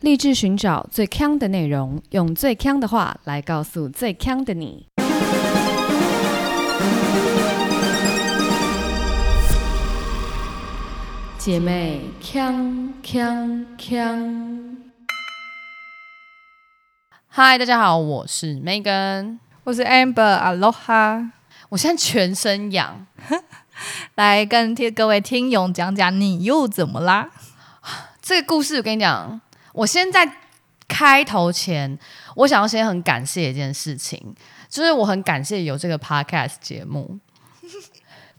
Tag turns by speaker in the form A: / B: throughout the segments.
A: 立志寻找最强的内容，用最强的话来告诉最强的你。姐妹，强强强！
B: 嗨，大家好，我是 Megan，
C: 我是 Amber Aloha，
B: 我现在全身痒，
C: 来跟听各位听友讲讲你又怎么啦？
B: 这个故事我跟你讲，我先在开头前，我想要先很感谢一件事情，就是我很感谢有这个 podcast 节目，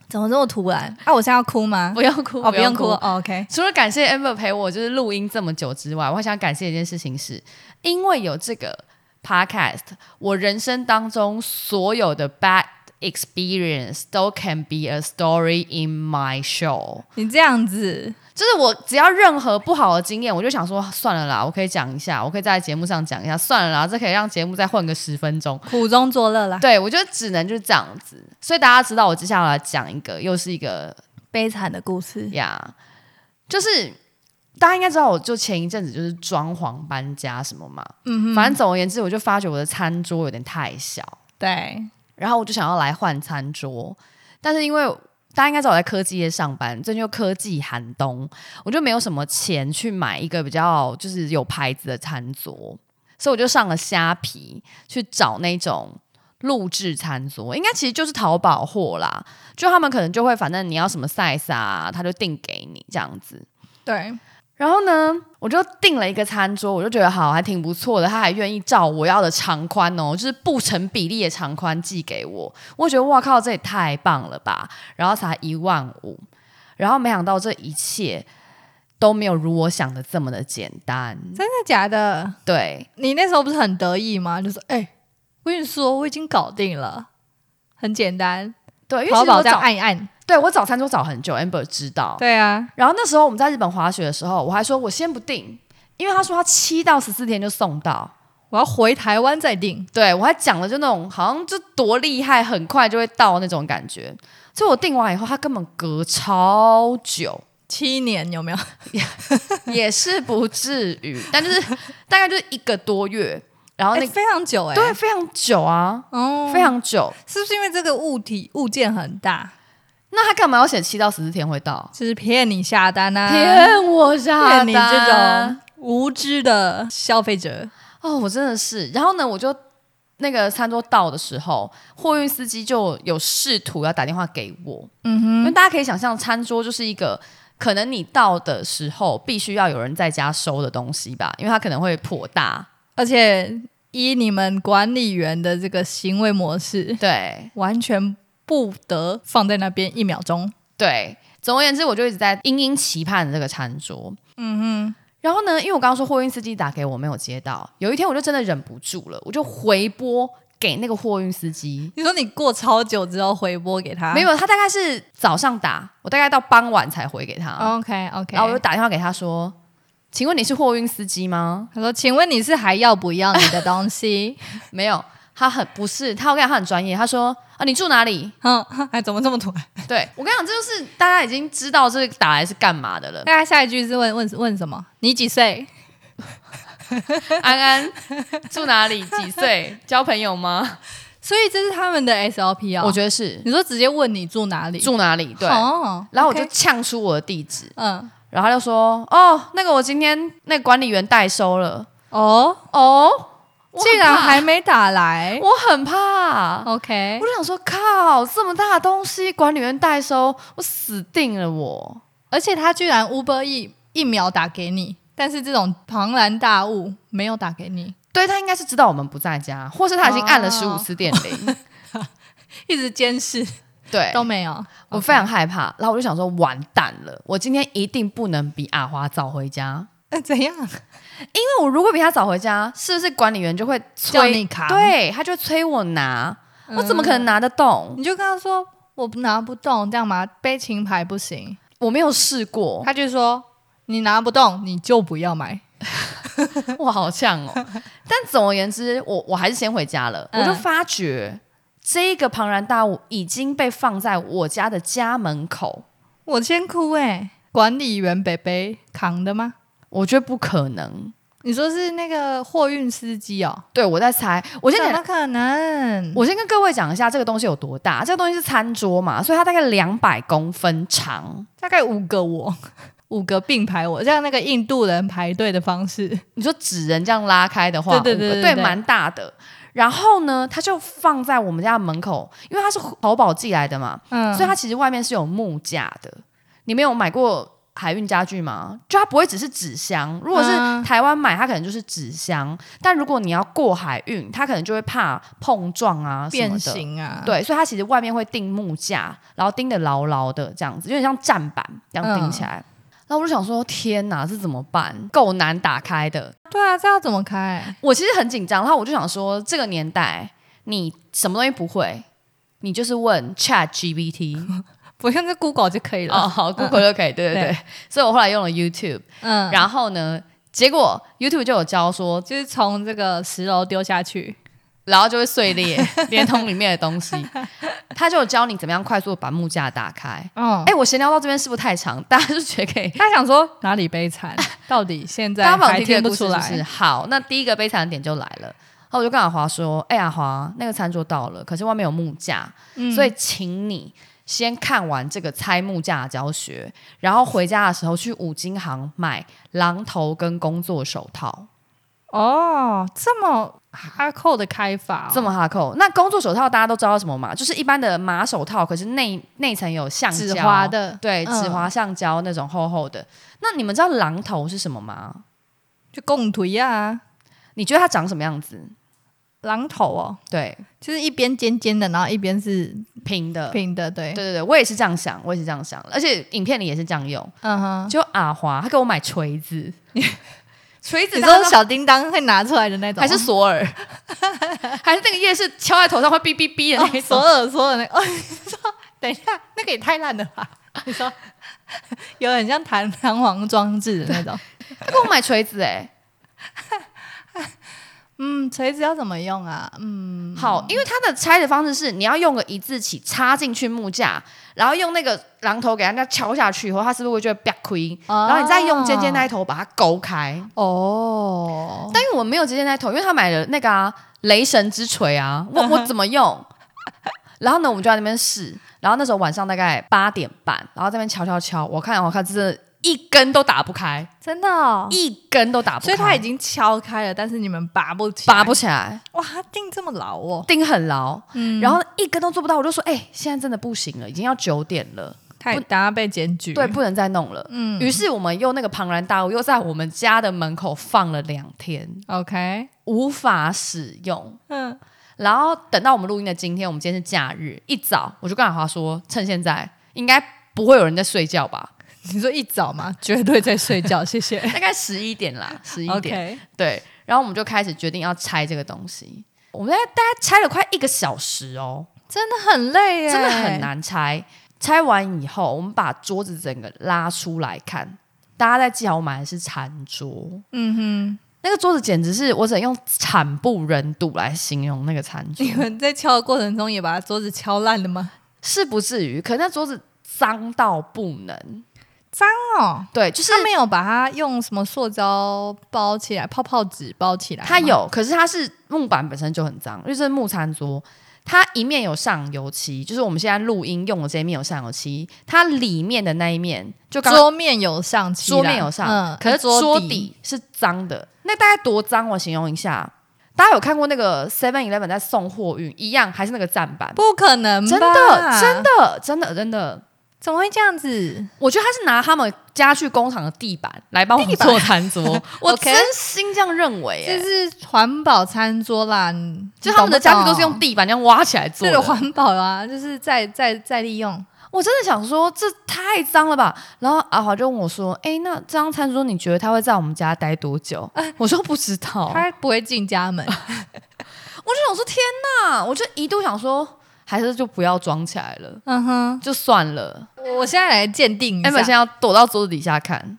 C: 怎么这么突然？啊，我现在要哭吗？
B: 不要哭，
C: 哦，不用
B: 用
C: 哭、哦、，OK。
B: 除了感谢 Amber 陪我就是录音这么久之外，我还想感谢一件事情是，因为有这个 podcast，我人生当中所有的 bad experience 都 can be a story in my show。
C: 你这样子，
B: 就是我只要任何不好的经验，我就想说算了啦，我可以讲一下，我可以在节目上讲一下，算了啦，这可以让节目再混个十分钟。
C: 苦中作乐啦。
B: 对，我就只能就是这样子，所以大家知道我接下来讲一个，又是一个
C: 悲惨的故事，
B: 呀就是大家应该知道，我就前一阵子就是装潢搬家什么嘛，
C: 嗯
B: 反正总而言之，我就发觉我的餐桌有点太小，
C: 对，
B: 然后我就想要来换餐桌，但是因为大家应该知道我在科技业上班，最近又科技寒冬，我就没有什么钱去买一个比较就是有牌子的餐桌，所以我就上了虾皮去找那种录制餐桌，应该其实就是淘宝货啦，就他们可能就会反正你要什么 size 啊，他就定给你这样子。
C: 对，
B: 然后呢，我就订了一个餐桌，我就觉得好，还挺不错的。他还愿意照我要的长宽哦，就是不成比例的长宽寄给我。我觉得哇靠，这也太棒了吧！然后才一万五，然后没想到这一切都没有如我想的这么的简单。
C: 真的假的？
B: 对，
C: 你那时候不是很得意吗？就是哎、我跟你说，我已经搞定了，很简单，
B: 对，因为
C: 淘
B: 其实
C: 宝
B: 我
C: 这样
B: 找，
C: 按一按。
B: 对我找餐桌找很久，amber 知道。
C: 对啊，
B: 然后那时候我们在日本滑雪的时候，我还说我先不订，因为他说他七到十四天就送到。
C: 我要回台湾再订。
B: 对我还讲了，就那种好像就多厉害，很快就会到那种感觉。所以我订完以后，他根本隔超久，
C: 七年有没有？
B: 也是不至于，但就是 大概就是一个多月，然后
C: 哎、
B: 那个、
C: 非常久哎、
B: 对，非常久啊，
C: 哦，
B: 非常久。
C: 是不是因为这个物体物件很大，
B: 那他干嘛要写七到十四天会到？
C: 就是骗你下单啊？
B: 骗我下
C: 骗
B: 单！
C: 你这种无知的消费者。
B: 哦，我真的是。然后呢，我就那个餐桌到的时候，货运司机就有试图要打电话给我，
C: 嗯
B: 因为大家可以想象，餐桌就是一个可能你到的时候必须要有人在家收的东西吧，因为它可能会颇大。
C: 而且依你们管理员的这个行为模式，
B: 对
C: 完全不得放在那边一秒钟。
B: 对，总而言之，我就一直在殷殷期盼这个餐桌。
C: 嗯
B: 然后呢，因为我刚刚说货运司机打给我没有接到，有一天我就真的忍不住了，我就回拨给那个货运司机
C: 哼，。你说你过超久之后回拨给他，
B: 没有，他大概是早上打，我大概到傍晚才回给他。
C: ？OK 哦 OK。
B: 然后我就打电话给他说：“请问你是货运司机吗
C: 他说：“请问你是还要不要你的东 西？” ？”
B: 没有，他很不是，他我跟你讲他很专业，他说：“啊，你住哪里
C: 嗯，哎，怎么这么突然？？”
B: 对我跟你讲，这就是大家已经知道这个打来是干嘛 的了。
C: 大概下一句是问问问什么？你几岁？
B: 安安住哪里？几岁？交朋友吗？
C: 所以这是他们的 SOP 啊、
B: 我觉得是
C: 你说直接问你住哪里？
B: 住哪里？对。
C: 哦，
B: 然后我就
C: OK
B: 呛出我的地址，
C: 嗯
B: 然后他就说：“哦，那个我今天那个管理员代收了。
C: 哦，”
B: 哦，我很
C: 竟然
B: 怕
C: 还没打来
B: 我很怕。
C: ，OK
B: 我。就想说，靠，这么大的东西，管理员代收，我死定了我。
C: 而且他居然 Uber E 一秒打给你，但是这种庞然大物没有打给你，
B: 对他应该是知道我们不在家，或是他已经按了十五
C: 哦
B: 次电 铃。
C: 一直监视
B: 对，
C: 都没有。哦
B: 我非常害怕。然后我就想说，完蛋了，我今天一定不能比阿花早回家，
C: 呃怎样？
B: 因为我如果比他早回家，是不是管理员就会
C: 叫
B: 催
C: 你扛？，
B: 对，他就会催我拿，我怎么可能拿得动？
C: 你就跟他说我拿不动，这样吗？背琴牌不行。
B: 我没有试过，
C: 他就说你拿不动，你就不要买。
B: 哇，好呛哦！但总而言之，我我还是先回家了。
C: 嗯
B: 我就发觉这个庞然大物已经被放在我家的家门口，
C: 欸我先哭哎、管理员北北扛的吗？
B: 我觉得不可能。
C: 你说是那个货运司机哦？
B: 对我在猜，我先
C: 怎
B: 讲
C: 么可能？
B: 我先跟各位讲一下这个东西有多大。这个东西是餐桌嘛，所以它大概两百公分长。
C: 大概五个我， 五个并排我，像那个印度人排队的方式。
B: 你说纸人这样拉开的话，
C: 对对对
B: 五个
C: 对对
B: 对，蛮大的。然后呢，它就放在我们家的门口，因为它是淘宝寄来的嘛，
C: 嗯，
B: 所以它其实外面是有木架的。你没有买过海运家具吗？就它不会只是纸箱，如果是
C: 嗯
B: 台湾买，它可能就是纸箱，但如果你要过海运，它可能就会怕碰撞啊什么
C: 变
B: 的。
C: 形啊，，
B: 对，所以它其实外面会钉木架，然后钉得牢牢的，这样子，有点像站板这样
C: 嗯
B: 钉起来。然后我就想说，天哪，这怎么办？够难打开的。
C: 对啊，这要怎么开？
B: 我其实很紧张，然后我就想说，这个年代你什么东西不会，你就是问 Chat GPT
C: 不用这 Google 就可以
B: 哦，
C: 了。
B: 好，Google 就可以，对对对。所以我后来用了 YouTube，、
C: 嗯，
B: 然后呢，结果 YouTube 就有教说，
C: 就是从这个十楼丢下去。
B: 然后就会碎裂，连通里面的东西。他就有教你怎么样快速地把木架打开。
C: 嗯，
B: 哎、我闲聊到这边是不是太长？大家就觉得可以，
C: 他想说哪里悲 惨？到底现
B: 大家
C: 在
B: 帮我
C: 还
B: 听这
C: 听不
B: 个故事
C: 出
B: 是
C: 来？
B: 不是？好，那第一个悲惨的点就来了。然后我就跟阿华说：“哎、阿华，那个餐桌到了，可是外面有木架，
C: 嗯
B: 所以请你先看完这个拆木架的教学，然后回家的时候去五金行买榔头跟工作手套。
C: 哦，这么哈扣的开法哦、
B: 这么哈扣，那工作手套大家都知道什么嘛？就是一般的麻手套，可是内内层有橡胶
C: 纸滑的
B: 对，
C: 嗯
B: 纸滑橡胶那种厚厚的。那你们知道榔头是什么吗？
C: 就共腿啊，
B: 你觉得它长什么样子？
C: 榔头哦，
B: 对，
C: 就是一边尖尖的，然后一边是
B: 平的。
C: 平的，呃对
B: 对，对对，我也是这样想，我也是这样想，而且影片里也是这样用。
C: 嗯哼。
B: 就阿华，他给我买锤子，锤子
C: 你
B: 大家
C: 说
B: 都
C: 小叮当会拿出来的那种，
B: 还是索尔， 还是那个夜市敲在头上会哔哔哔的那
C: 哦
B: 种。
C: 索尔索尔那个？哦，你说等一下，那个也太烂了吧？你说有很像弹弹簧装置的那种，
B: 他给我买锤子、哎，
C: 嗯，锤子要怎么用啊？嗯，
B: 好，因为它的拆的方式是你要用个一字起插进去木架，然后用那个榔头给人家敲下去以后，它是不是会就会啪亏？然后你再用尖尖那一头把它勾开。
C: 哦，
B: 但因为我没有尖尖那一头，因为他买了那个啊雷神之锤啊，我 我怎么用？ 然后呢，我们就在那边试。然后那时候晚上大概八点半，然后在那边敲敲敲，我看我看，真的一根都打不开，
C: 真的、哦，
B: 一根都打不
C: 所以
B: 开，
C: 它已经敲开了，但是你们拔不起来，
B: 拔不起来，
C: 哇，它钉这么牢哦，
B: 钉很牢，
C: 嗯
B: 然后一根都做不到。我就说，哎、现在真的不行了，已经要九点了。
C: 太等下被检举，
B: 对，不能再弄了。
C: 嗯
B: 于是我们用那个庞然大物又在我们家的门口放了两天，
C: ，OK，
B: 无法使用。
C: 嗯，
B: 然后等到我们录音的今天，我们今天是假日，一早我就跟阿华说，趁现在应该不会有人在睡觉吧？
C: 你说一早嘛，绝对在睡觉， 谢谢。
B: 大概十一点啦， 十一点。
C: OK，
B: 对，然后我们就开始决定要拆这个东西。我们大概大概拆了快一个小时哦，
C: 真的很累耶，
B: 真的很。难拆。拆完以后，我们把桌子整个拉出来看，大家在记好我买的是餐桌。
C: 嗯哼，
B: 那个桌子简直是我只能用惨不忍睹来形容那个餐桌
C: 你，们在敲的过程中也把桌子敲烂了吗？
B: 是不至于，可那桌子脏到不能。
C: 哦，
B: 对，就是
C: 他没有把它用什么塑胶包起来，泡泡纸包起来吗。
B: 它有，可是它是木板本身就很脏，就是木餐桌，它一面有上油漆，就是我们现在录音用的这一面有上油漆，它里面的那一面就刚
C: 桌面有上漆啦，
B: 桌面有上，
C: 嗯，
B: 可是
C: 桌
B: 桌底是脏的。那大概多脏？我形容一下，大家有看过那个 Seven Eleven 在送货运一样，还是那个站板？
C: 不可能吧，
B: 真的，真的，真的，真的。
C: 怎么会这样子？
B: 我觉得他是拿他们家具工厂的地板来帮我们做餐桌， 我
C: OK
B: 真心这样认为、
C: 这
B: 欸。
C: 是环保餐桌啦，你
B: 就他们的
C: 你懂
B: 家
C: 不懂
B: 具都是用地板这样挖起来 做
C: 这
B: 的
C: 个，环保啊，就是再再再利用。
B: 我真的想说这太脏了吧。然后阿华就问我说：“哎、那这张餐桌你觉得他会在我们家待多久？” 我说不知道，我
C: 他不会进家 门，
B: 就想说天哪，我就一度想说还是就不要装起来了，
C: 嗯哼，
B: 就算了。
C: 我我现在来鉴定一
B: Amber 现在
C: 下，
B: 要躲到桌子底下看。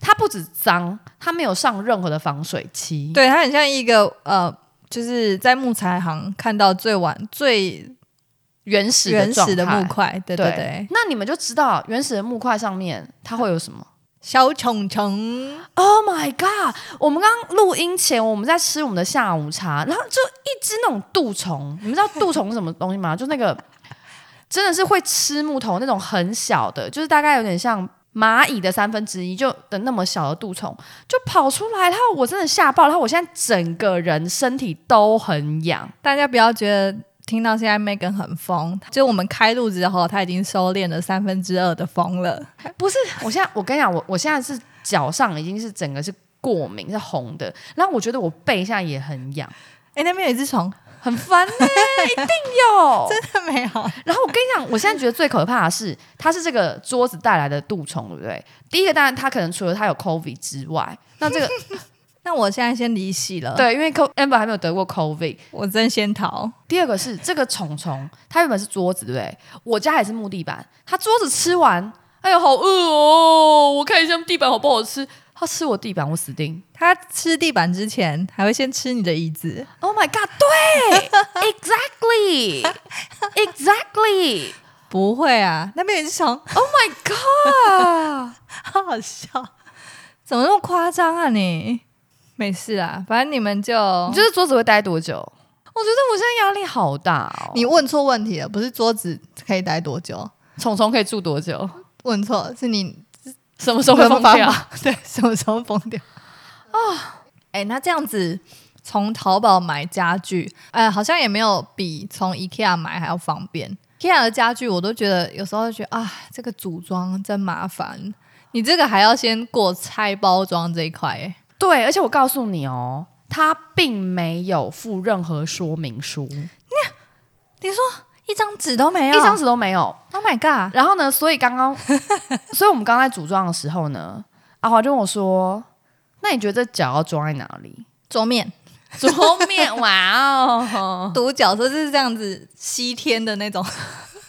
B: 它不止脏，它没有上任何的防水漆。
C: 对他很像一个呃，就是在木材行看到最晚最
B: 原始
C: 原
B: 状
C: 始的
B: 态
C: 木块，对对对，
B: 那你们就知道原始的木块上面它会有什么
C: 小虫虫，
B: Oh my god！我们刚刚录音前，我们在吃我们的下午茶，然后就一只那种杜虫，你们知道杜虫是什么东西吗？就那个真的是会吃木头那种很小的，就是大概有点像蚂蚁的三分之一就的那么小的杜虫，就跑出来，然后我真的吓爆，然后我现在整个人身体都很痒。
C: 大家不要觉得听到现在 Megan 很疯，就是我们开录之后，他已经收敛了三分之二的疯了。
B: 不是，我现在我跟你讲，我我现在是脚上已经是整个是过敏，是红的，然后我觉得我背下也很痒，
C: 哎、那边有一只 虫，
B: 很烦呢、一定有。
C: 真的没有？
B: 然后我跟你讲，我现在觉得最可怕的是，它是这个桌子带来的蠹虫，对不对？第一个当然，它可能除了它有 COVID 之外，那这个呃
C: 那我现在先离席了，，
B: 对，因为 Co- Amber 还没有得过 COVID。
C: 我真先逃。
B: 第二个是这个虫虫，它原本是桌子，对不对？我家也是木地板，它桌子吃完，哎呦好饿哦，我看一下地板好不好吃，它吃我地板，我死定。
C: 他吃地板之前，还会先吃你的椅子。
B: Oh my god！对，exactly，exactly。
C: 不会啊，那边有一只虫，
B: Oh my god！
C: 好好笑，怎么那么夸张啊你？没事啊，反正你们就
B: 你觉得桌子会待多久？我觉得我现在压力好大哦。
C: 你问错问题了，不是桌子可以待多久，
B: 虫虫可以住多久？
C: 问错是你
B: 什么时候会疯
C: 没有
B: 掉
C: 办？法？ 对，什么时候疯掉？哦，哎、那这样子从淘宝买家具，呃，好像也没有比从 IKEA 买还要方便。IKEA 的家具我都觉得有时候就觉得啊，这个组装真麻烦。你这个还要先过拆包装这一块、哎
B: 对，而且我告诉你哦，他并没有附任何说明书，一
C: 你说一张纸都没有，
B: 张纸都没有。
C: ，Oh my god！
B: 然后呢，所以刚 刚，所以我们刚才组装的时候呢，阿华就问我说：“那你觉得这脚要装在哪里
C: 桌面？”
B: 桌面，哇哦！
C: 独角兽就是这样子西天的那种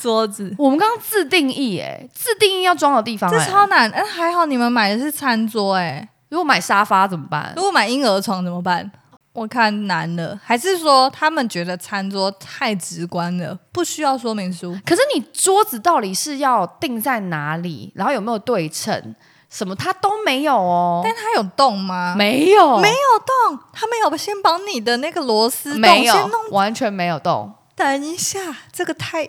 C: 桌子。
B: 我们刚刚自定义，哎，自定义要装的地方，
C: 这
B: 哎，
C: 超难，哎、还好你们买的是餐桌、哎，
B: 如果买沙发怎么办
C: 如？果买婴儿床怎么办？我看难了，还是说他们觉得餐桌太直观了，不需要说明书？
B: 可是你桌子到底是要定在哪里，然后有没有对称，什么它都没有哦，
C: 但它有洞吗？
B: 没有，
C: 没有洞，他们有先把你的那个螺丝洞
B: 没
C: 先
B: 有
C: 弄。，
B: 完全没有动，
C: 等一下，这个太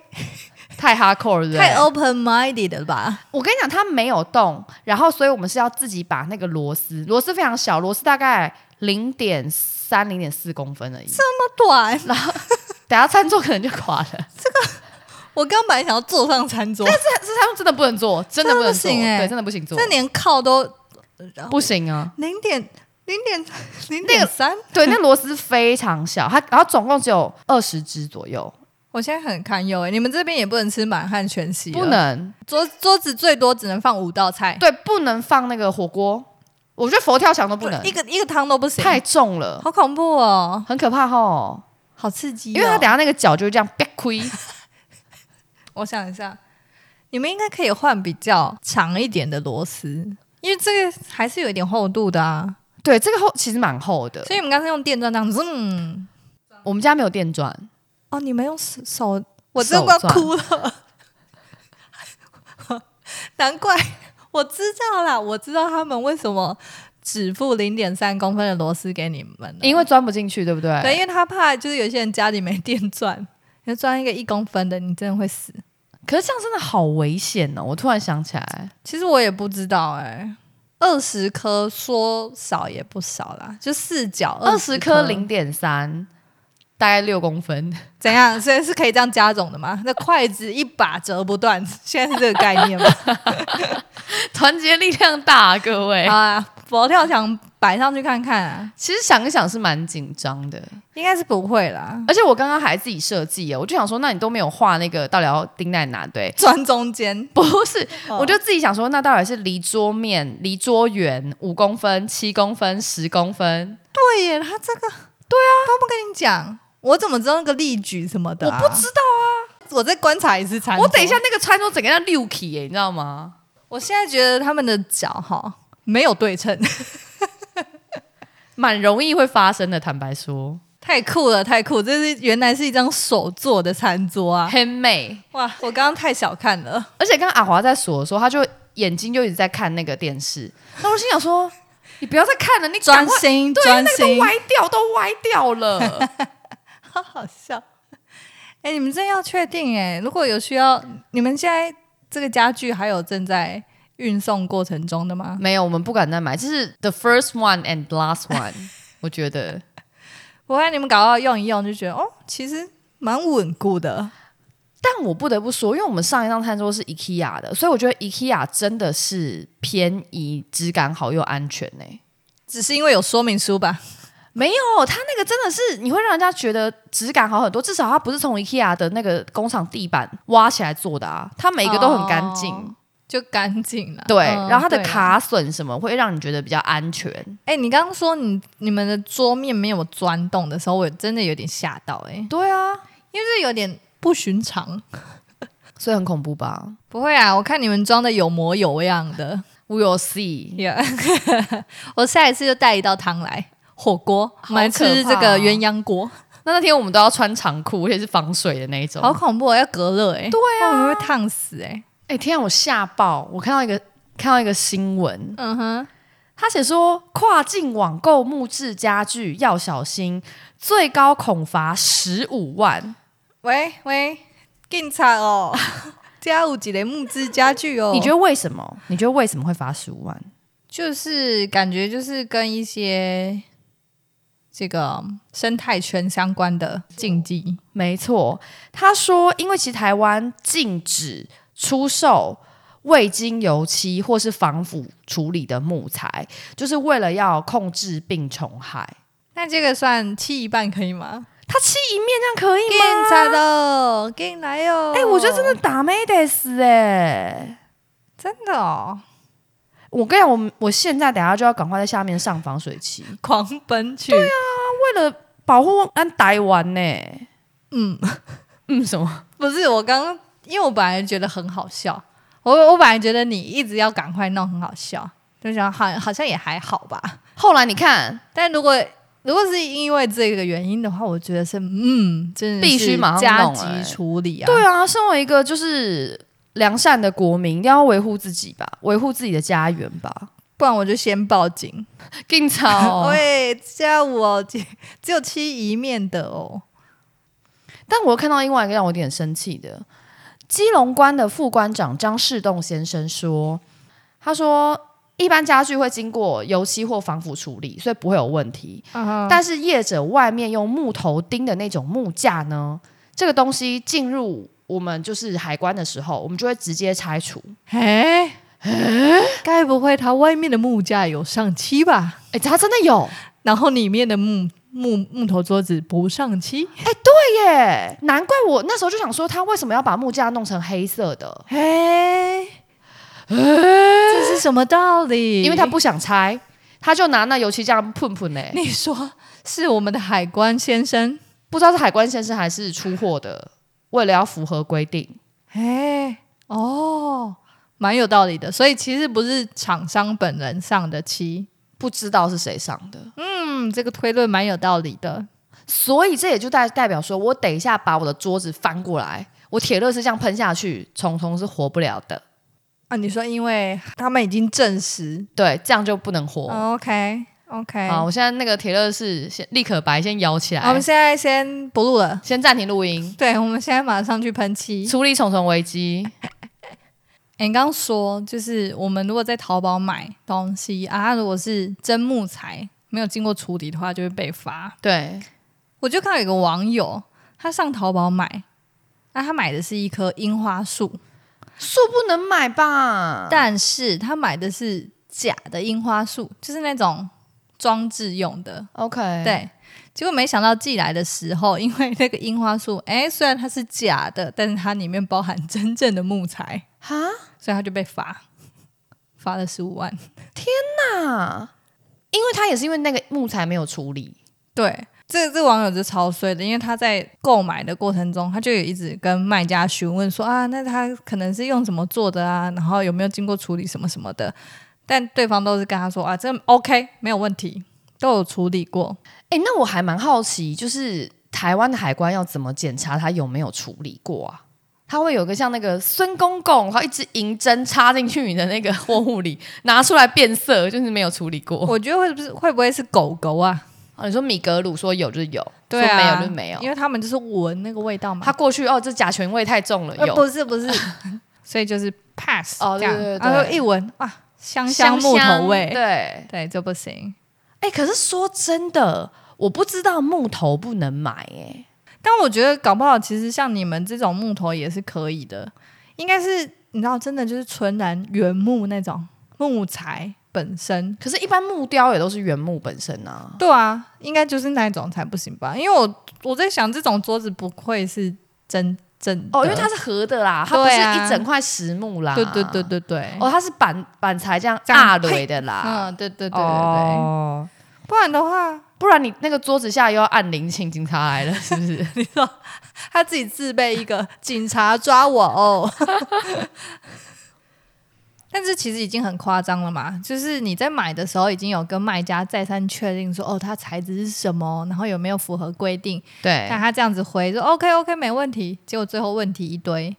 B: 太 hardcore 了对不对
C: 太
B: 啊
C: open minded 了吧？
B: 我跟你讲，它没有动，然后所以我们是要自己把那个螺丝，螺丝非常小，螺丝大概零点三、零点四公分而已。
C: 那么短，
B: 等下餐桌可能就垮了， 这
C: 我刚本来想要坐上餐桌，但是
B: 这餐桌真的不能做，真的不能做，
C: 真的不行欸
B: 对，真的不行哦做，
C: 这连靠都
B: 不行啊。
C: 零点零点零点三。
B: 对，那螺丝非常小，它然后总共只有二十只左右，
C: 我现在很堪忧哎，你们这边也不能吃满汉全席了，
B: 不能
C: 桌桌子最多只能放五道菜，
B: 对，不能放那个火锅，我觉得佛跳墙都不能，
C: 一个一个汤都不行，
B: 太重了，
C: 好恐怖哦，
B: 很可怕吼。
C: 好刺激哦、
B: 因为他等下那个脚就会这样啪亏，
C: 我想一下，你们应该可以换比较长一点的螺丝，因为这个还是有一点厚度的啊。
B: 对，这个厚其实蛮厚的
C: 所。以你们刚才用电钻这样子，嗯，
B: 我们家没有电钻，
C: 哦，你们用手，手我
B: 手
C: 真
B: 钻
C: 快哭了， 难怪我知道啦，我知道他们为什么只付零点三公分的螺丝给你们了，
B: 因为钻不进去，对不对？
C: 对，因为他怕就是有些人家里没电钻，你就钻一个一公分的，你真的会死。
B: 可是这样真的好危险哦！我突然想起来，
C: 其实我也不知道哎、二十颗说少也不少啦，就四角
B: 二十
C: 十
B: 颗零点三，大概六公分，
C: 怎样？所以是可以这样加总的吗？那筷子一把折不断， 现在是这个概 念吗？
B: 团结力量大、啊，各位
C: 好。啊，佛跳墙摆上去看看啊，
B: 其实想一想是蛮紧张的，
C: 应该是不会啦，
B: 而且我刚刚还自己设计耶，我就想说，那你都没有画那个到底要钉在哪？对，
C: 钻中间。
B: 不是，
C: 哦
B: 我就自己想说，那到底是离桌面、离桌缘五公分、七公分、十公分？
C: 对耶，他这个对啊，都不跟你讲，我怎么知道那个例举什么的、啊
B: 我不知道，
C: 道，我再观察一次餐桌。
B: 我等一下那个餐桌整个要六起耶，你知道吗？
C: 我现在觉得他们的脚哈没有对称，
B: 蛮容易会发生的，坦白说，
C: 太酷了，太酷！这是原来是一张手做的餐桌啊！
B: 很美。
C: 哇，我刚刚太小看了，
B: 而且刚刚阿华在数的时候，他就眼睛就一直在看那个电视。 那我心想说，你不要再看了，你赶
C: 专
B: 快
C: 心
B: 对，那
C: 专
B: 个
C: 心
B: 都，歪掉，都歪掉 了。
C: 好好笑。 哎、你们真要确定哎、如果有需要，你们现在这个家具还有正在运送过程中的吗？
B: 没有，我们不敢再买，这是 the first one and last one 。我觉得
C: 我看你们搞到用一用就觉得哦，其实蛮稳固的。
B: 但我不得不说，因为我们上一张餐桌是 IKEA 的，所以我觉得 IKEA 真的是便宜、质感好又安全呢、
C: 只是因为有说明书吧？
B: 没有，它那个真的是你会让人家觉得质感好很多，至少它不是从 IKEA 的那个工厂地板挖起来做的啊，它每一个都很干净。
C: 哦就干净了。
B: 对，
C: 嗯
B: 然后它的
C: 对啦
B: 卡榫什么会让你觉得比较安全。
C: 哎、你刚刚说你你们的桌面没有钻洞的时候，我真的有点吓到哎、
B: 对啊，
C: 因为这有点不寻常。
B: 所以很恐怖吧
C: 不会啊，我看你们装的有模有样的。
B: ？We will see。
C: Yeah. 我下一次就带一道汤来，火锅，我们来
B: 好可怕
C: 吃这个鸳鸯锅，
B: 那那天我们都要穿长裤，而且是防水的那一种。
C: 好恐怖、哦，要隔热哎、
B: 对
C: 啊，我们会烫死哎、
B: 哎、天啊，我吓爆！我看到一个看到一个新闻，
C: 嗯哼，
B: 他写说跨境网购木质家具要小心，最高恐罚十五万。
C: 喂喂，警察 哦，家有几类木质家具哦
B: 你觉得为什么？你觉得为什么会罚十五万？
C: 就是感觉就是跟一些这个生态圈相关的禁忌，
B: 没错，他说，因为其实台湾禁止出售未经油漆或是防腐处理的木材，就是为了要控制病虫害。
C: 那这个算七一半可以吗？
B: 他吃一面这样可以
C: 警
B: 吗？
C: 察的，进来哟！
B: 哎、我觉得真的打妹得死哎、
C: 真的哦，
B: 我跟你讲，我我现在等下就要赶快在下面上防水漆，
C: 狂奔去，对啊，
B: 为了保护安台湾呢、
C: 嗯。
B: 嗯，什么？
C: 不是我刚刚，因为我本来觉得很好笑，我我本来觉得你一直要赶快弄很好笑，就想好好像也还好吧。
B: 后来你看，
C: 但如果如果是因为这个原因的话，我觉得是嗯，真的是
B: 必须马上
C: 加
B: 弄
C: 急
B: 哎
C: 处理啊。
B: 对啊，身为一个就是良善的国民，一定要维护自己吧，维护自己的家园吧。
C: 不然我就先报警。
B: 更哦吵、
C: 喂，下午哦，只只有七一面的哦。
B: 但我又看到另外一个让我有点生气的，基隆关的副关长张世栋先生说，他说一般家具会经过油漆或防腐处理，所以不会有问题。但是业者外面用木头钉的那种木架呢，这个东西进入我们就是海关的时候，我们就会直接拆除。
C: 哎该不会它外面的木架有上漆吧？
B: 哎，他真的有，
C: 然后里面的木木木头桌子不上漆？
B: 对耶，难怪我那时候就想说，他为什么要把木架弄成黑色的？
C: 哎，这是什么道理？
B: 因为他，不想拆，他就拿那油漆这样喷喷嘞。
C: 你说是我们的海关先生？
B: 不知道是海关先生还是出货的，为了要符合规定，
C: 哎，哦，蛮有道理的。所以其实不是厂商本人上的漆，
B: 不知道是谁上的，
C: 嗯，这个推论蛮有道理的。
B: 所以这也就代代表说，我等一下把我的桌子翻过来，我铁乐是这样喷下去，虫虫是活不了的，
C: 啊，你说因为他们已经证实
B: 对，这样就不能活。
C: ，OK 哦 OK，哦
B: 好，我现在那个铁乐是先立可白，先摇起来，
C: 我们现在先不录了。
B: 先暂停录音，
C: 对，我们现在马上去喷漆。
B: 处理虫虫危机。
C: 欸、你刚刚说，就是我们如果在淘宝买东西啊，它如果是真木材没有经过处理的话，就会被罚。
B: 对，
C: 我就看到有个网友，他上淘宝买，啊，他买的是一棵樱花树，
B: 树不能买吧？
C: 但是他买的是假的樱花树，就是那种装置用的。
B: OK，，
C: 对，结果没想到寄来的时候， 因为那个樱花树，哎、虽然它是假的，但是它里面包含真正的木材，
B: 哈，
C: 所以他就被罚，罚了十五万。
B: 那因为它也是因为那个木材没有处理，
C: 对，这这网友就超衰的，因为他在购买的过程中，他就有一直跟卖家询问说啊，那他可能是用什么做的啊，然后有没有经过处理什么什么的，但对方都是跟他说啊，这 OK 没有问题，都有处理过。
B: 哎、那我还蛮好奇，就是台湾的海关要怎么检查它有没有处理过啊？它会有个像那个孙公公，然后一支银针插进去你的那个货物里， 拿出来变色，就是没有处理过。
C: 我觉得会不是会不会是狗狗啊？
B: 哦，你说米格鲁说有就是有，
C: 对啊，
B: 说没有就是没有。
C: 因为他们就是闻那个味道嘛。
B: 他过去哦，这甲醛味太重了，
C: 呃
B: 有
C: 不是不是，所以就是 pass
B: 哦
C: 这样，
B: 对对对
C: 然后一闻哇，香木头味，
B: 对，哎、
C: 对，这不行。
B: 可是说真的，我不知道木头不能买、哎，
C: 但我觉得搞不好，其实像你们这种木头也是可以的，应该是你知道，真的就是纯然原木那种木材本身。
B: 可是，一般木雕也都是原木本身啊。
C: 对啊，应该就是那种才不行吧？因为我我在想，这种桌子不会是真真的
B: 哦，因为它是合的啦，它不是
C: 对啊
B: 一整块实木啦。
C: 对对对。对对，
B: 哦，它啊是板板材这样
C: 这样
B: 大垒的啦。
C: 嗯，对对对对对，
B: 哦，
C: 不然的话，
B: 不然你那个桌子下又要按铃，请警察来了，是 不是？
C: 你说他自己自备一个警察抓我 哦。但是其实已经很夸张了嘛，就是你在买的时候已经有跟卖家再三确定说，哦，它材质是什么，然后有没有符合规定。
B: 对
C: 但他这样子回说 OK OK 没问题，结果最后问题一堆。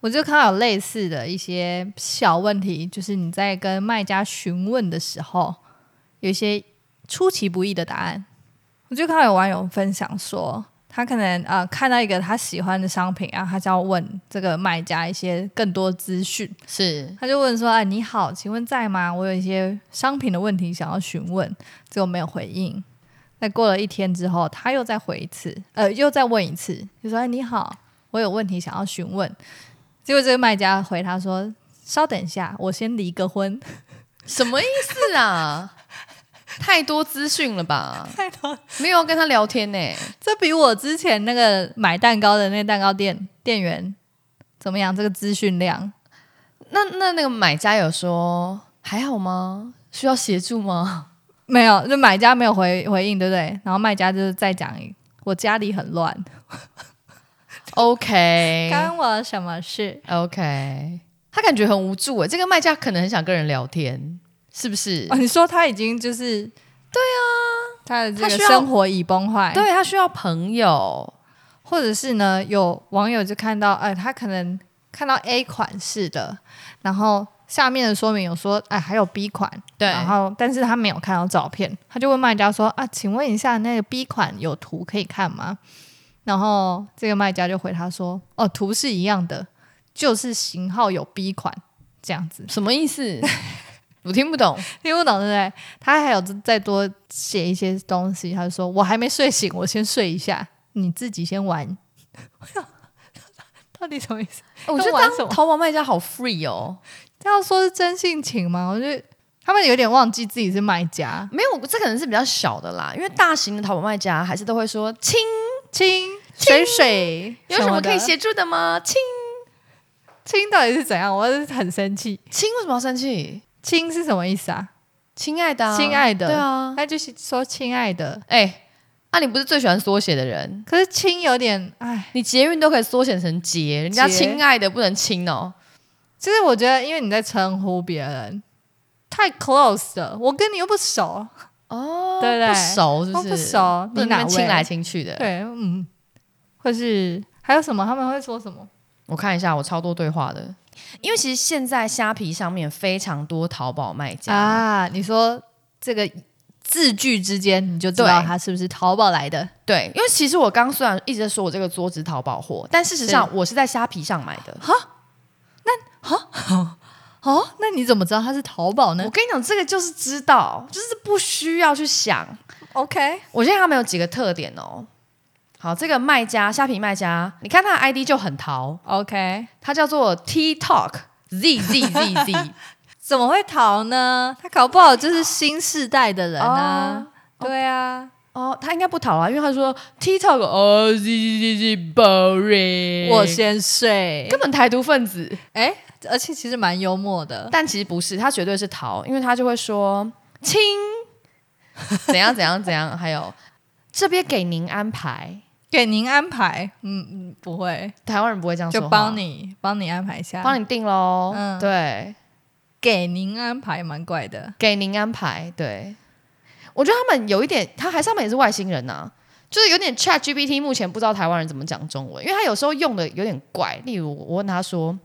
C: 我就看到有类似的一些小问题，就是你在跟卖家询问的时候，有一些出其不意的答案。我就看到有网友分享说，他可能呃看到一个他喜欢的商品，然后他就要问这个卖家一些更多资讯，
B: 是
C: 他就问说：“哎，你好，请问在吗？我有一些商品的问题想要询问，结果没有回应。”那过了一天之后，他又再回一次，呃，又再问一次，就说：“哎，你好，我有问题想要询问。”结果这个卖家回他说：“稍等一下，我先离个婚。
B: 什么意思 啊？太多资讯了吧？
C: 太多
B: 没有跟他聊天呢、”
C: 这比我之前那个买蛋糕的那蛋糕店店员怎么样？这个资讯量
B: 那那那个买家有说还好吗？需要协助吗？
C: 没有，就买家没有回回应，对不对？然后卖家就是再讲一，我家里很乱，
B: OK
C: 干我什么事？
B: OK，他感觉很无助哎，这个卖家可能很想跟人聊天，是不是？
C: 哦，你说他已经就是对啊，他的这
B: 他
C: 个
B: 需要
C: 生活已崩坏，，
B: 对他需要朋友，
C: 或者是呢，有网友就看到，哎，他可能看到 A 款式的，然后下面的说明有说，哎，还有 B 款，
B: 对
C: 然后但是他没有看到照片，他就问卖家说，啊，请问一下那个 B 款有图可以看吗？然后这个卖家就回他说，哦，图是一样的，就是型号有 B 款这样子，
B: 什么意 思？我听不懂。
C: 听不懂对不对？他还有再多写一些东西，他就说我还没睡醒，我先睡一下，你自己先玩。 到底什么意思？
B: 哦我觉得
C: 玩什么
B: 当淘宝卖家好 free 哦，
C: 这样说是真性情吗？我觉得他们有点忘记自己是卖家，
B: 没有，这可能是比较小的啦，因为大型的淘宝卖家还是都会说亲，
C: 亲水水
B: 有什么
C: 的
B: 可以？协助的吗？亲
C: 亲到底是怎样？我是很生气。
B: 亲为什么要生气？
C: 亲是什么意思啊？
B: 亲爱的啊、
C: 亲爱的
B: 对啊，
C: 那就是说亲爱的，
B: 哎、啊，你不是最喜欢缩写的人？
C: 可是亲有点哎。
B: 你捷运都可以缩写成捷，人家
C: 捷
B: 亲爱的不能亲哦。
C: 其实我觉得，因为你在称呼别人太 close 了，我跟你又不熟，
B: 哦
C: 对对
B: 不熟是
C: 我
B: 不是？
C: 不熟，
B: 不能
C: 你哪
B: 那边亲来
C: 位？
B: 亲去的。
C: 对，嗯，或是还有什么？他们会说什么？
B: 我看一下，我超多对话的，因为其实现在虾皮上面非常多淘宝卖家，
C: 啊，你说这个字句之间，你就知
B: 对
C: 道他是不是淘宝来的？
B: 对，因为其实我刚虽然一直在说我这个桌子淘宝货，但事实上我是在啊虾皮上买的。
C: 哦，那你怎么知道他是淘宝
B: 我
C: 呢
B: 跟你讲，这个就是知道，就是不需要去想。
C: ？OK，
B: 我觉得他们有几个特点哦。好，这个卖家虾皮卖家，你看他的 ID 就很淘，
C: OK，
B: 它叫做 T Talk Z Z Z Z。
C: 怎么会淘呢？他搞不好就是新世代的人啊。对啊，
B: 哦，他应该不淘啊，因为他说 TikTok 哦，Z Z Z Z boring，
C: 我先睡
B: 根。本台独分子，
C: 哎，而且其实蛮幽默的。
B: 但其实不是，他绝对是淘，因为他就会说亲， 怎样怎样怎样，还有这边给您安排，
C: 给您安排，嗯嗯，不会，
B: 台湾人不会这样说
C: 就
B: 话，
C: 帮你帮你安排一下，
B: 帮你定喽，
C: 嗯
B: 对，
C: 给您安排，蛮怪的。
B: 给您安排，对，我觉得他们有一点，他还是他们也是外星人呐、啊就是有点 Chat GPT，目前不知道台湾人怎么讲中文，因为他有时候用的有点怪。例如，我问他说：“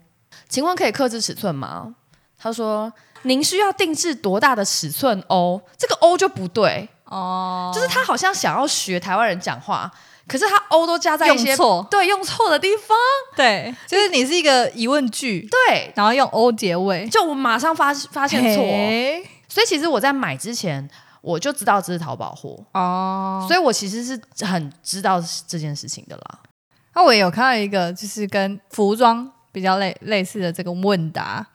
B: 请问可以克制尺寸吗？”他说：“您需要定制多大的尺寸哦？”这个“哦”就不对，
C: 哦，
B: 就是他好像想要学台湾人讲话，可是他“哦”都加在一些
C: 用错，
B: 对用错的地方。
C: 对，就是你是一个疑问句，
B: 对，
C: 然后用 o 结尾，
B: 就我马上发发现错。
C: 嘿
B: 所以其实我在买之前我就知道这是淘宝货，
C: 哦。
B: 所以我其实是很知道这件事情的啦。
C: 那我也有看到一个，就是跟服装比较类类似的这个问答，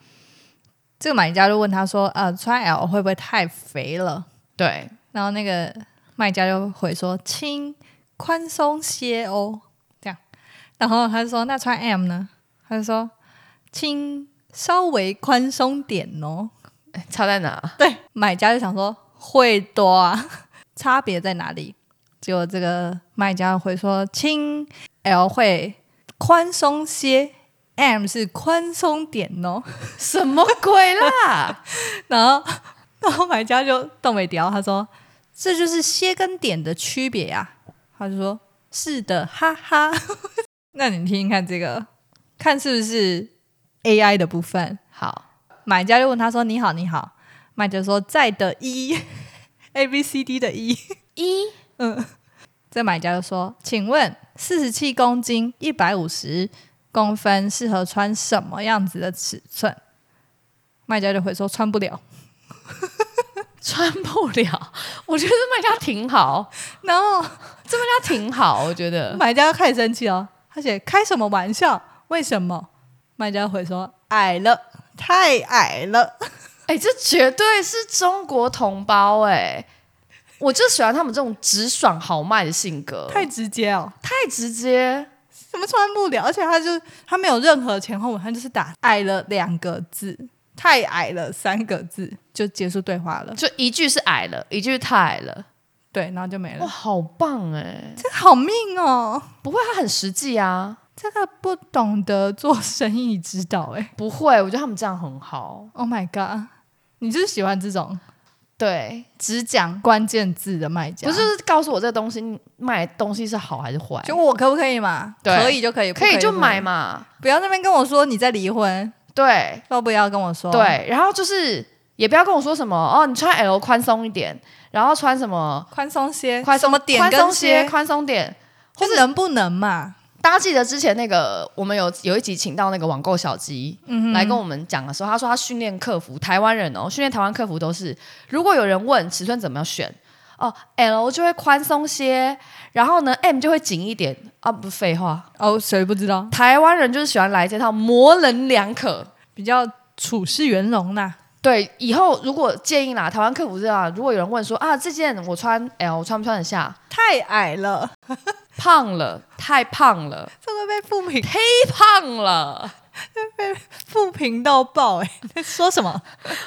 C: 这个买家就问他说：“呃，穿 L 会不会太肥了
B: 对，？”
C: 然后那个卖家就回说：“轻宽松些哦。”这样，然后他就说：“那穿 M 呢？”他就说：“轻稍微宽松点哦。
B: 哎差在哪？”
C: 对，买家就想说：“会多啊， 差别在哪里？”结果这个卖家回说：“轻 L 会宽松些，M 是宽松点哦。
B: 什么鬼啦？”
C: 然后， 然后买家就动尾雕，他说：“这就是些跟点的区别呀、他就说：“是的，哈哈。” 那你听听看这个，看是不是 AI 的部分？
B: 好，
C: 买家就问他说：“你好，你好。”卖家说：“在的一 ，A B C D 的一。”
B: 一
C: 嗯，这买家就说：“请问，四十七公斤、一百五十公分适合穿什么样子的尺寸？”卖家就回说：“穿不了。
B: 穿不了，我觉得卖家挺好，”
C: 然后
B: 这卖家挺好，我觉得。
C: 买家开始生气哦，他写：“开什么玩笑？为什么？”卖家回说：“矮了，太矮了。
B: 哎、这绝对是中国同胞哎、我就喜欢他们这种直爽豪迈的性格，
C: 太直接哦，
B: 太直接。
C: 什么穿不了？而且他就他没有任何前后文，他就是打‘矮了’两个字，‘太矮了’三个字就结束对话了。
B: 就一句是矮了，一句是太矮了，
C: 对，然后就没了
B: 哇，。好棒哎、
C: 这个好命哦！
B: 不会，他很实际啊，
C: 这个不懂得做生意之道哎、
B: 不会，我觉得他们这样很好，
C: o h my god！你就是喜欢这种
B: 对，
C: 只讲关键字的卖家，
B: 不是就是告诉我这个东西卖的东西是好还是坏，
C: 就我可不可以嘛？
B: 对
C: 可以就可以，
B: 可以就买
C: 嘛，
B: 嘛，
C: 不要那边跟我说你在离婚，
B: 对
C: 都不要跟我说。，
B: 对，然后就是也不要跟我说什么哦，你穿 L 宽松一点，然后穿什么
C: 宽松些，
B: 宽
C: 什
B: 松
C: 么点
B: 宽
C: 跟
B: 松
C: 些
B: 些，，宽松点。
C: 就能不能嘛？
B: 大家记得之前那个，我们有有一集请到那个网购小鸡，
C: 嗯
B: 来跟我们讲的时候，他说他训练客服台湾人哦，训练台湾客服都是，如果有人问尺寸怎么样选，哦，L 就会宽松些，然后呢 M 就会紧一点啊，不废话，
C: 哦，谁不知道？
B: 台湾人就是喜欢来这套模棱两可。
C: 比较处事圆融啦。
B: 对，以后如果建议啦，台湾客服这样，如果有人问说啊，这件我穿 L 穿不穿得下？
C: 太矮了，
B: 胖了，太胖了，
C: 这会被负 评
B: 太胖了，
C: 负评到爆哎、在说什么？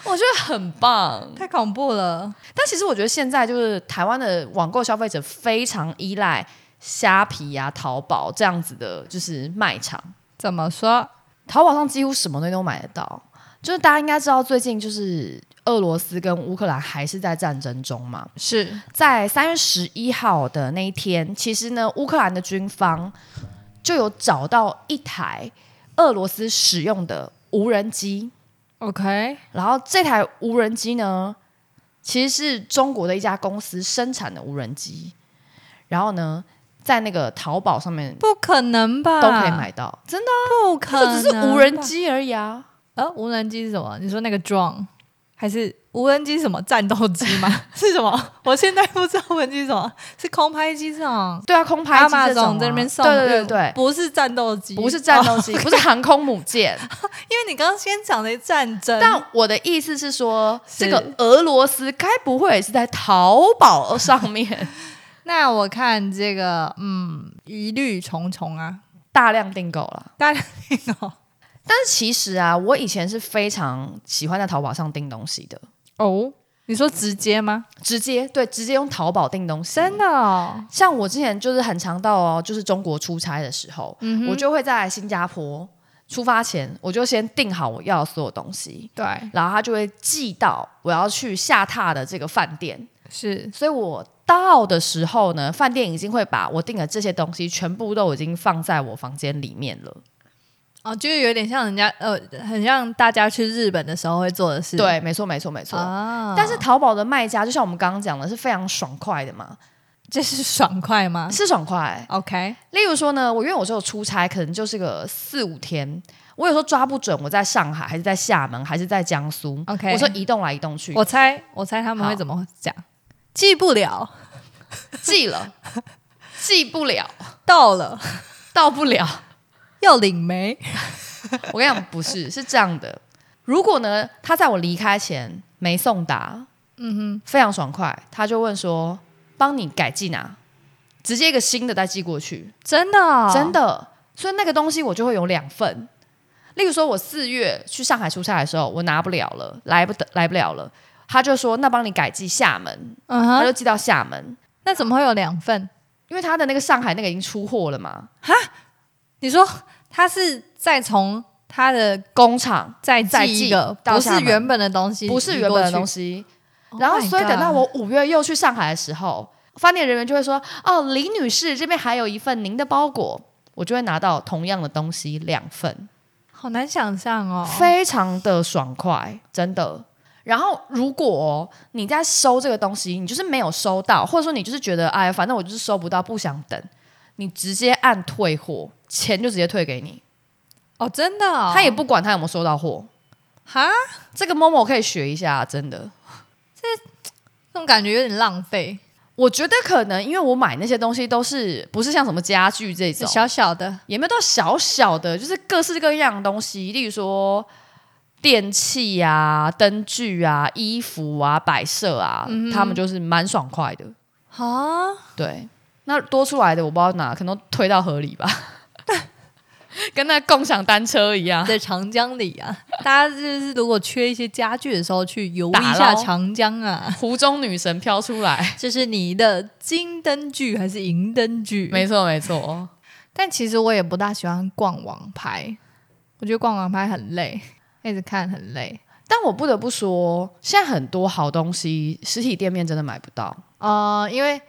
B: 我觉得很棒。
C: 太恐怖了。
B: 但其实我觉得现在就是台湾的网购消费者非常依赖虾皮啊、淘宝这样子的，就是卖场。
C: 怎么说？
B: 淘宝上几乎什么东西都买得到。就是大家应该知道，最近就是俄罗斯跟乌克兰还是在战争中嘛。
C: 是
B: 在三月十一号的那一天，其实呢，乌克兰的军方就有找到一台俄罗斯使用的无人机，
C: OK，
B: 然后这台无人机呢，其实是中国的一家公司生产的无人机，然后呢，在那个淘宝上面
C: 不可能吧？
B: 都可以，买到，真的啊，
C: 不可
B: 这
C: 能，
B: 只是无人。机而已啊。
C: 呃，无人机是什么？你说那个 drone 还是无人机是什么战斗机吗？ 是什么？我现在不知道无人机是什么，是空拍机这种，
B: 对啊，空拍
C: 阿
B: 机
C: 玛
B: 这种啊
C: 总在那边送，
B: 对对对对
C: 不是战斗机，
B: 对，不是战
C: 哦
B: 斗机，不是航空 母舰。
C: 因为你刚刚先讲的战争，
B: 但我的意思是说，
C: 是
B: 这个俄罗斯该不会也是在淘宝上面
C: 那我看这个，嗯，疑虑重重啊，
B: 大量订购了？
C: 大家听哦懂
B: 但是其实啊，我以前是非常喜欢在淘宝上订东西的，
C: 哦？你说直接吗？
B: 直接对，直接用淘宝订东 西，
C: 真的哦，
B: 像我之前就是很常到哦，就是中国出差的时候，
C: 嗯哼
B: 我就会在新加坡出发前，我就先订好我要的所有东西，
C: 对，
B: 然后他就会寄到我要去下榻的这个饭店。
C: 是
B: 所以我到的时候呢，饭店已经会把我订的这些东西全部都已经放在我房间里面了。
C: 哦，就是有点像人家呃，很像大家去日本的时候会做的事。
B: 对，没错，没错，没错。
C: 啊，
B: 但是淘宝的卖家，就像我们刚刚讲的，是非常爽快的嘛，
C: 这是爽快吗
B: 是爽快、
C: ？OK，
B: 例如说呢，我因为我是有出差，可能就是个四五天，我有时候抓不准我在上海还是在厦门还是在江苏。
C: OK
B: 我说移动来移动去，
C: 我猜我猜他们会
B: 好
C: 怎么讲？记不 了，
B: 记了，记不了，
C: 到了
B: 到不了。
C: 要领没？
B: 我跟你讲，不是，是这样的。如果呢，他在我离开前没送达，嗯哼，非常爽快，他就问说：“帮你改寄哪？”直接一个新的再寄过去，
C: 真的哦、
B: 真的。所以那个东西我就会有两份。例如说，我四月去上海出差的时候，我拿不了了，来不得，来不了了。他就说：“那帮你改寄厦门。”
C: 嗯
B: 他
C: 哼，
B: 就寄到厦门，
C: 那怎么会有两份？
B: 因为他的那个上海那个已经出货了嘛，
C: 你说他是再从他的
B: 工厂
C: 再
B: 再
C: 寄
B: 寄
C: 一个，
B: 到
C: 不
B: 厦
C: 是
B: 门
C: 原本的东西，
B: 不是原本的东
C: 西。
B: 西。
C: Oh
B: 然后，
C: my
B: 所以等到
C: God
B: 我五月又去上海的时候，饭店人员就会说：“哦，林女士这边还有一份您的包裹。”我就会拿到同样的东西两份，
C: 好难想象哦，
B: 非常的爽快，真的。然后，如果哦、你在收这个东西，你就是没有收到，或者说你就是觉得哎，反正我就是收不到，不想等，你直接按退货，钱就直接退给你，
C: 哦，真的、哦，
B: 他也不管他有没有收到货。
C: 哈，
B: 这个 Momo 可以学一下，真的。
C: 这种感觉有点浪费，
B: 我觉得可能因为我买那些东西都是不是像什么家具这
C: 是
B: 种，
C: 小小的，
B: 也没有到小小的，就是各式各样的东西，例如说电器啊、灯具啊、衣服啊、摆设啊，
C: 嗯哼
B: 他们就是蛮爽快的。
C: 哈，
B: 对，那多出来的我不知道哪，可能都推到河里 吧，跟那共享单车一样。
C: 在长江里啊， 大家就是如果缺一些家具的时候，去游
B: 打
C: 一下
B: 捞
C: 长江啊。
B: 湖中女神飘出来，
C: 这是你的金灯具还是银灯具？
B: 没错没错，
C: 但其实我也不大喜欢逛网拍，我觉得逛网拍很累，一直看很累
B: 但我不得不说，现在很多好东西实体店面真的买不到。
C: 哦、呃因为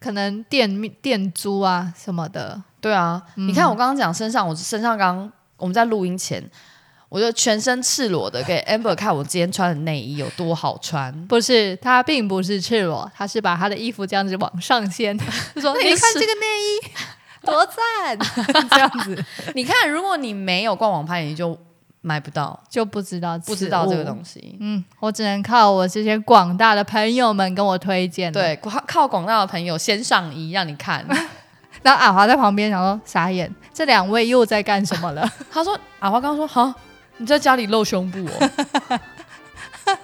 C: 可能店面店租啊什么的，
B: 对啊，
C: 嗯
B: 你看我刚刚讲身上，我身上刚我们在录音前，我就全身赤裸的给 Amber 看我今天穿的内衣有多好穿。
C: 不是他并不是赤裸，他是把他的衣服这样子往上 掀，就说
B: 那
C: 你
B: 你
C: 看
B: 是
C: 这个内衣 多赞，这样子
B: 你看，如果你没有逛网拍，你就买不到，
C: 就不知道
B: 不知道这个
C: 东西。
B: 东西。
C: 嗯，我只能靠我这些广大的朋友们跟我推荐。，
B: 对，靠靠广大的朋友先上衣让你看。
C: 然后阿华在旁边想说傻眼，这两位又在干什么了？
B: 他说：“阿花刚刚说，哈，你在家里露胸部哦。”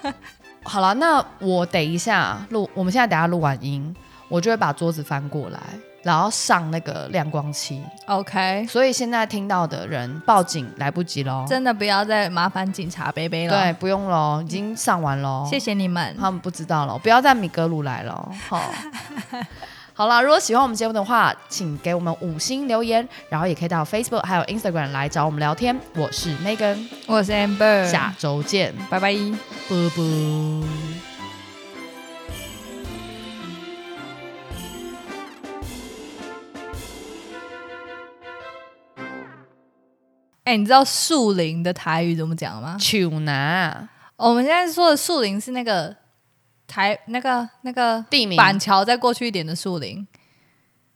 B: 好了，那我等一下录，我们现在等一下录完音，我就会把桌子翻过来，然后上那个亮光漆。
C: OK，
B: 所以现在听到的人报警来不及喽，
C: 真的不要再麻烦警察贝贝了。
B: 对，，不用喽，已经上完喽，
C: 谢谢你们。
B: 他们不知道了，不要再米格鲁 来了，好。好了，如果喜欢我们节目的话，请给我们五星留言，然后也可以到 Facebook 还有 Instagram 来找我们聊天。我是 Megan，
C: 我是 Amber，
B: 下周见，
C: 拜拜。
B: 啵啵。
C: 哎，你知道树林的台语怎么讲吗？
B: 求拿
C: 我们现在说的树林是那个台那个那个
B: 地名，
C: 板桥再过去一点的树林，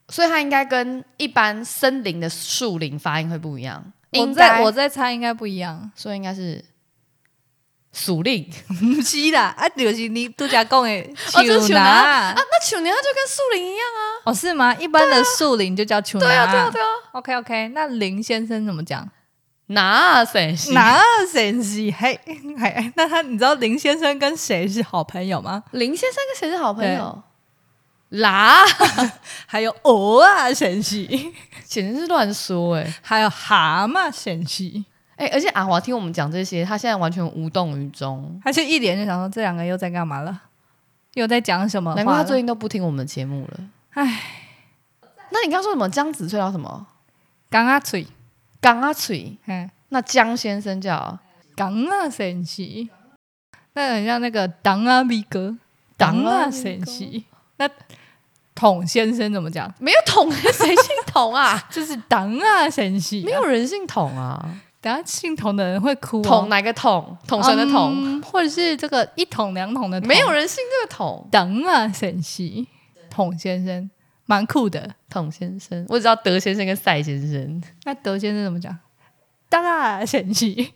B: 所以它应该跟一般森林的树林发音会不一样。
C: 我
B: 应
C: 在
B: 该，
C: 我在猜应该不一样。
B: 所以应该是属令。
C: 不是啦，啊，就是你度假讲的
B: 哦就是
C: 树
B: 树
C: 林
B: 林啊，那求年它就跟树林一样啊。
C: 哦，是吗？一般的树林就叫丘拿。
B: 对啊，对啊，对啊。
C: OK OK，那林先生怎么 讲？
B: 哪谁是？
C: 哪神是？嘿，嘿，那他你知道林先生跟谁是好朋友吗？
B: 林先生跟谁是好朋友？啦，
C: 还有鹅啊神是，
B: 简直是乱说哎、
C: 还有蛤蟆神是。
B: 哎、而且阿华听我们讲这些，他现在完全无动于衷，
C: 他就一脸就想说，这两个又在干嘛了？又在讲什么话
B: 难
C: 了？
B: 怪他最近都不听我们的节目了。
C: 唉，
B: 那你刚说什么？江子翠叫什么？
C: 刚啊嘴，
B: 港阿翠，
C: 嗯，
B: 那江先生叫
C: 刚啊神是，那很像那个当啊咪哥，
B: 港
C: 当啊
B: 啊
C: 神是。那桶先生怎么讲？
B: 没有桶，谁姓桶啊？
C: 就是党啊，神系、
B: 没有，人姓桶啊，
C: 等下姓桶的人会哭、哦。
B: 桶哪个桶？桶神的桶，
C: 嗯或者是这个一桶两桶的桶，
B: 没有人姓这个桶。
C: 党啊，神系桶先生蛮酷的。
B: 桶先生，我只知道德先生跟赛先生。
C: 那德先生怎么讲？当啊，神系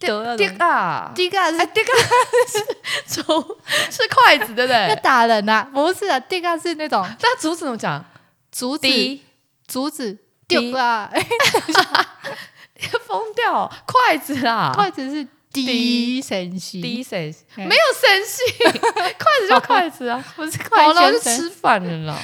C: 德要怎
B: 迪
C: 么
B: 啊，
C: 第一个是
B: 哎，迪啊，是竹是筷子，对不
C: 要
B: 对？
C: 打人啊，不是啊，第一个是那种
B: 那竹子怎么讲？
C: 竹子，
B: 迪
C: 竹子
B: 滴
C: 丢 啊，
B: 疯掉，筷子啦，
C: 筷子是滴神系，
B: 第一谁
C: 嘿
B: 没有生气，筷子就筷子啊，
C: 不是
B: 好
C: 筷
B: 了，我就
C: 先生。
B: 吃饭了啦。